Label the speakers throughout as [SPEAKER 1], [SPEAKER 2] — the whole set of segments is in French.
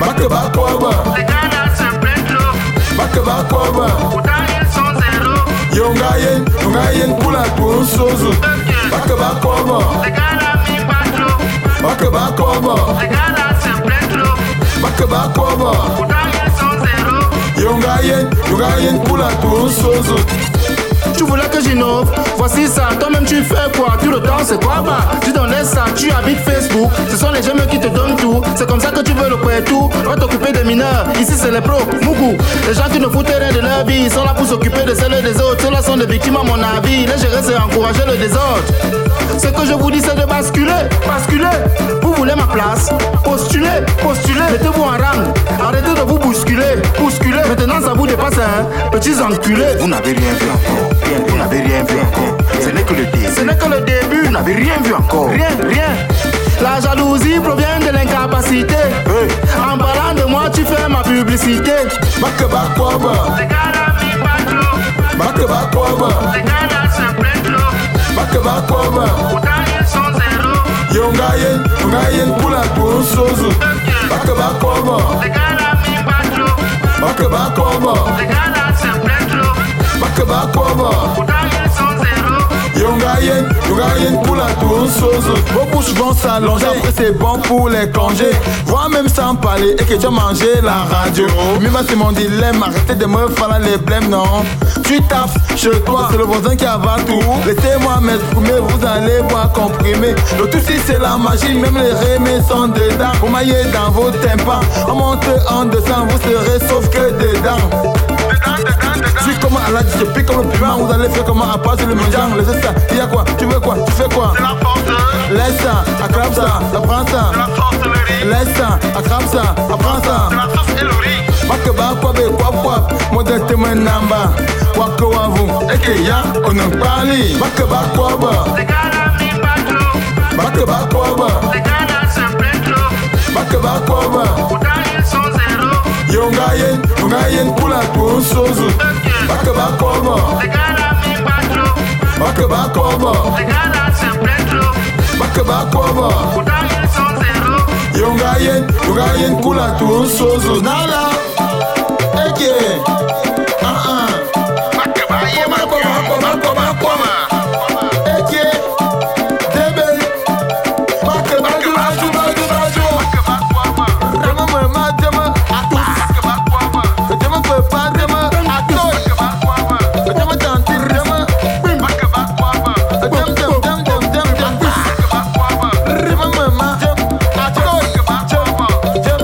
[SPEAKER 1] Back back over.
[SPEAKER 2] Les gars là se prêtent l'eau.
[SPEAKER 1] Back back over.
[SPEAKER 2] Pourtant ils sont zéro.
[SPEAKER 1] Yongayen, Yongayen kula kurusozu.
[SPEAKER 2] Ok.
[SPEAKER 1] Back back over.
[SPEAKER 2] Les gars là mis pas trop.
[SPEAKER 1] Back back over.
[SPEAKER 2] Les gars là se prêtent l'eau.
[SPEAKER 1] Back back over.
[SPEAKER 2] Pourtant ils sont zéro.
[SPEAKER 1] Yongayen, Yongayen kula kurusozu.
[SPEAKER 3] Tu voulais que j'innove, voici ça, toi-même tu fais quoi Tout le temps c'est quoi bah Tu donnais ça, tu habites Facebook, ce sont les gemmes qui te donnent tout, c'est comme ça que tu veux le prêt tout, va t'occuper des mineurs, ici c'est les pros, Mougou, les gens qui ne foutent rien de leur vie, ils sont là pour s'occuper de celles des autres, ceux-là sont des victimes à mon avis, les gérer c'est encourager le désordre. Ce que je vous dis c'est de basculer, basculer, vous voulez ma place, postulez, postulez, mettez-vous en rang, arrêtez de vous bousculer, bousculer, maintenant ça vous dépasse hein, petits enculés.
[SPEAKER 4] Vous n'avez rien vu encore. Vous n'avez rien vu encore. Ce n'est que le désir.
[SPEAKER 3] Ce n'est que le début,
[SPEAKER 4] Vous n'avez rien vu encore.
[SPEAKER 3] rien, rien. La jalousie provient de l'incapacité. En parlant de moi, tu fais ma publicité.
[SPEAKER 1] Back back over.
[SPEAKER 2] Les gars là mis pas trop.
[SPEAKER 1] Back back over.
[SPEAKER 2] Les gars là se prêtent l'eau.
[SPEAKER 1] Back back over.
[SPEAKER 2] Pourtant ils sont zéro.
[SPEAKER 1] Yongayen, Yongayen kula kurusozu.
[SPEAKER 2] Ok.
[SPEAKER 1] Back back over.
[SPEAKER 2] Les gars là mis pas trop.
[SPEAKER 1] Back back over.
[SPEAKER 2] Les gars là se prêtent l'eau.
[SPEAKER 1] Back back over.
[SPEAKER 2] Pourtant ils sont zéro.
[SPEAKER 1] Yongayen, Yongayen pour la tronçonneuse. Beaucoup souvent s'allonger, après c'est bon pour les congés. Voire même sans parler et que tu as mangé la radio. Mais bah c'est mon dilemme, arrêtez de me faire les blèmes, non. Tu taffes chez toi, c'est le voisin qui avale tout. Laissez-moi m'exprimer, vous allez voir comprimer. Le tout si c'est la magie, même les remés sont dedans. Vous maillez dans vos tympans, en monte, en descend, vous serez sauf que dedans. Je suis comme Aladdin, je pique comme le piment Vous allez faire comment à part sur le mendiant Laissez ça, il y a quoi, tu veux quoi, tu fais quoi
[SPEAKER 2] La force,
[SPEAKER 1] Laisse ça, acclame ça, apprends ça
[SPEAKER 2] la force, le riz.
[SPEAKER 1] Laisse ça, acclame ça, apprends ça
[SPEAKER 2] La sauce et le riz.
[SPEAKER 1] Bak ba kwa be kwa kwa Mwede teme namba Wako wavu, eke ya onumpali Bak ba kwa ba,
[SPEAKER 2] Les gars là mis pas trop.
[SPEAKER 1] bak ba kwa ba
[SPEAKER 2] Les gars là se prêtent l'eau.
[SPEAKER 1] Bak ba kwa ba
[SPEAKER 2] Pourtant ils sont zéro.
[SPEAKER 1] Yongayen, yongayen kula kunsozu
[SPEAKER 2] Ok.
[SPEAKER 1] Bak ba kwa ba,
[SPEAKER 2] Les gars là mis pas trop.
[SPEAKER 1] bak ba kwa ba
[SPEAKER 2] Les gars là se prêtent l'eau.
[SPEAKER 1] Bak ba kwa ba
[SPEAKER 2] Pourtant ils sont zéro.
[SPEAKER 1] yongayen yongayen kula tunsozo nala eke aa eke debe bake baju baju baju baju dema mwe ma dema atus dema mwe pa dema atoy dema tantir dema dem dem dem dem dem dem dema mwe ma dem atoy dem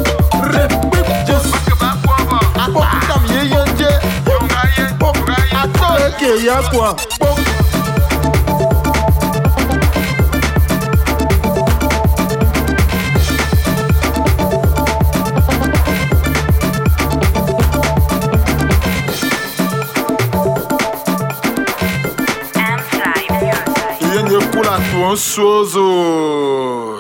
[SPEAKER 1] rip bip just apok tam yeyen je pok atoy
[SPEAKER 3] Ok, y'a quoi
[SPEAKER 1] pok
[SPEAKER 5] Amps Live.
[SPEAKER 1] yeyen je kula tunsozo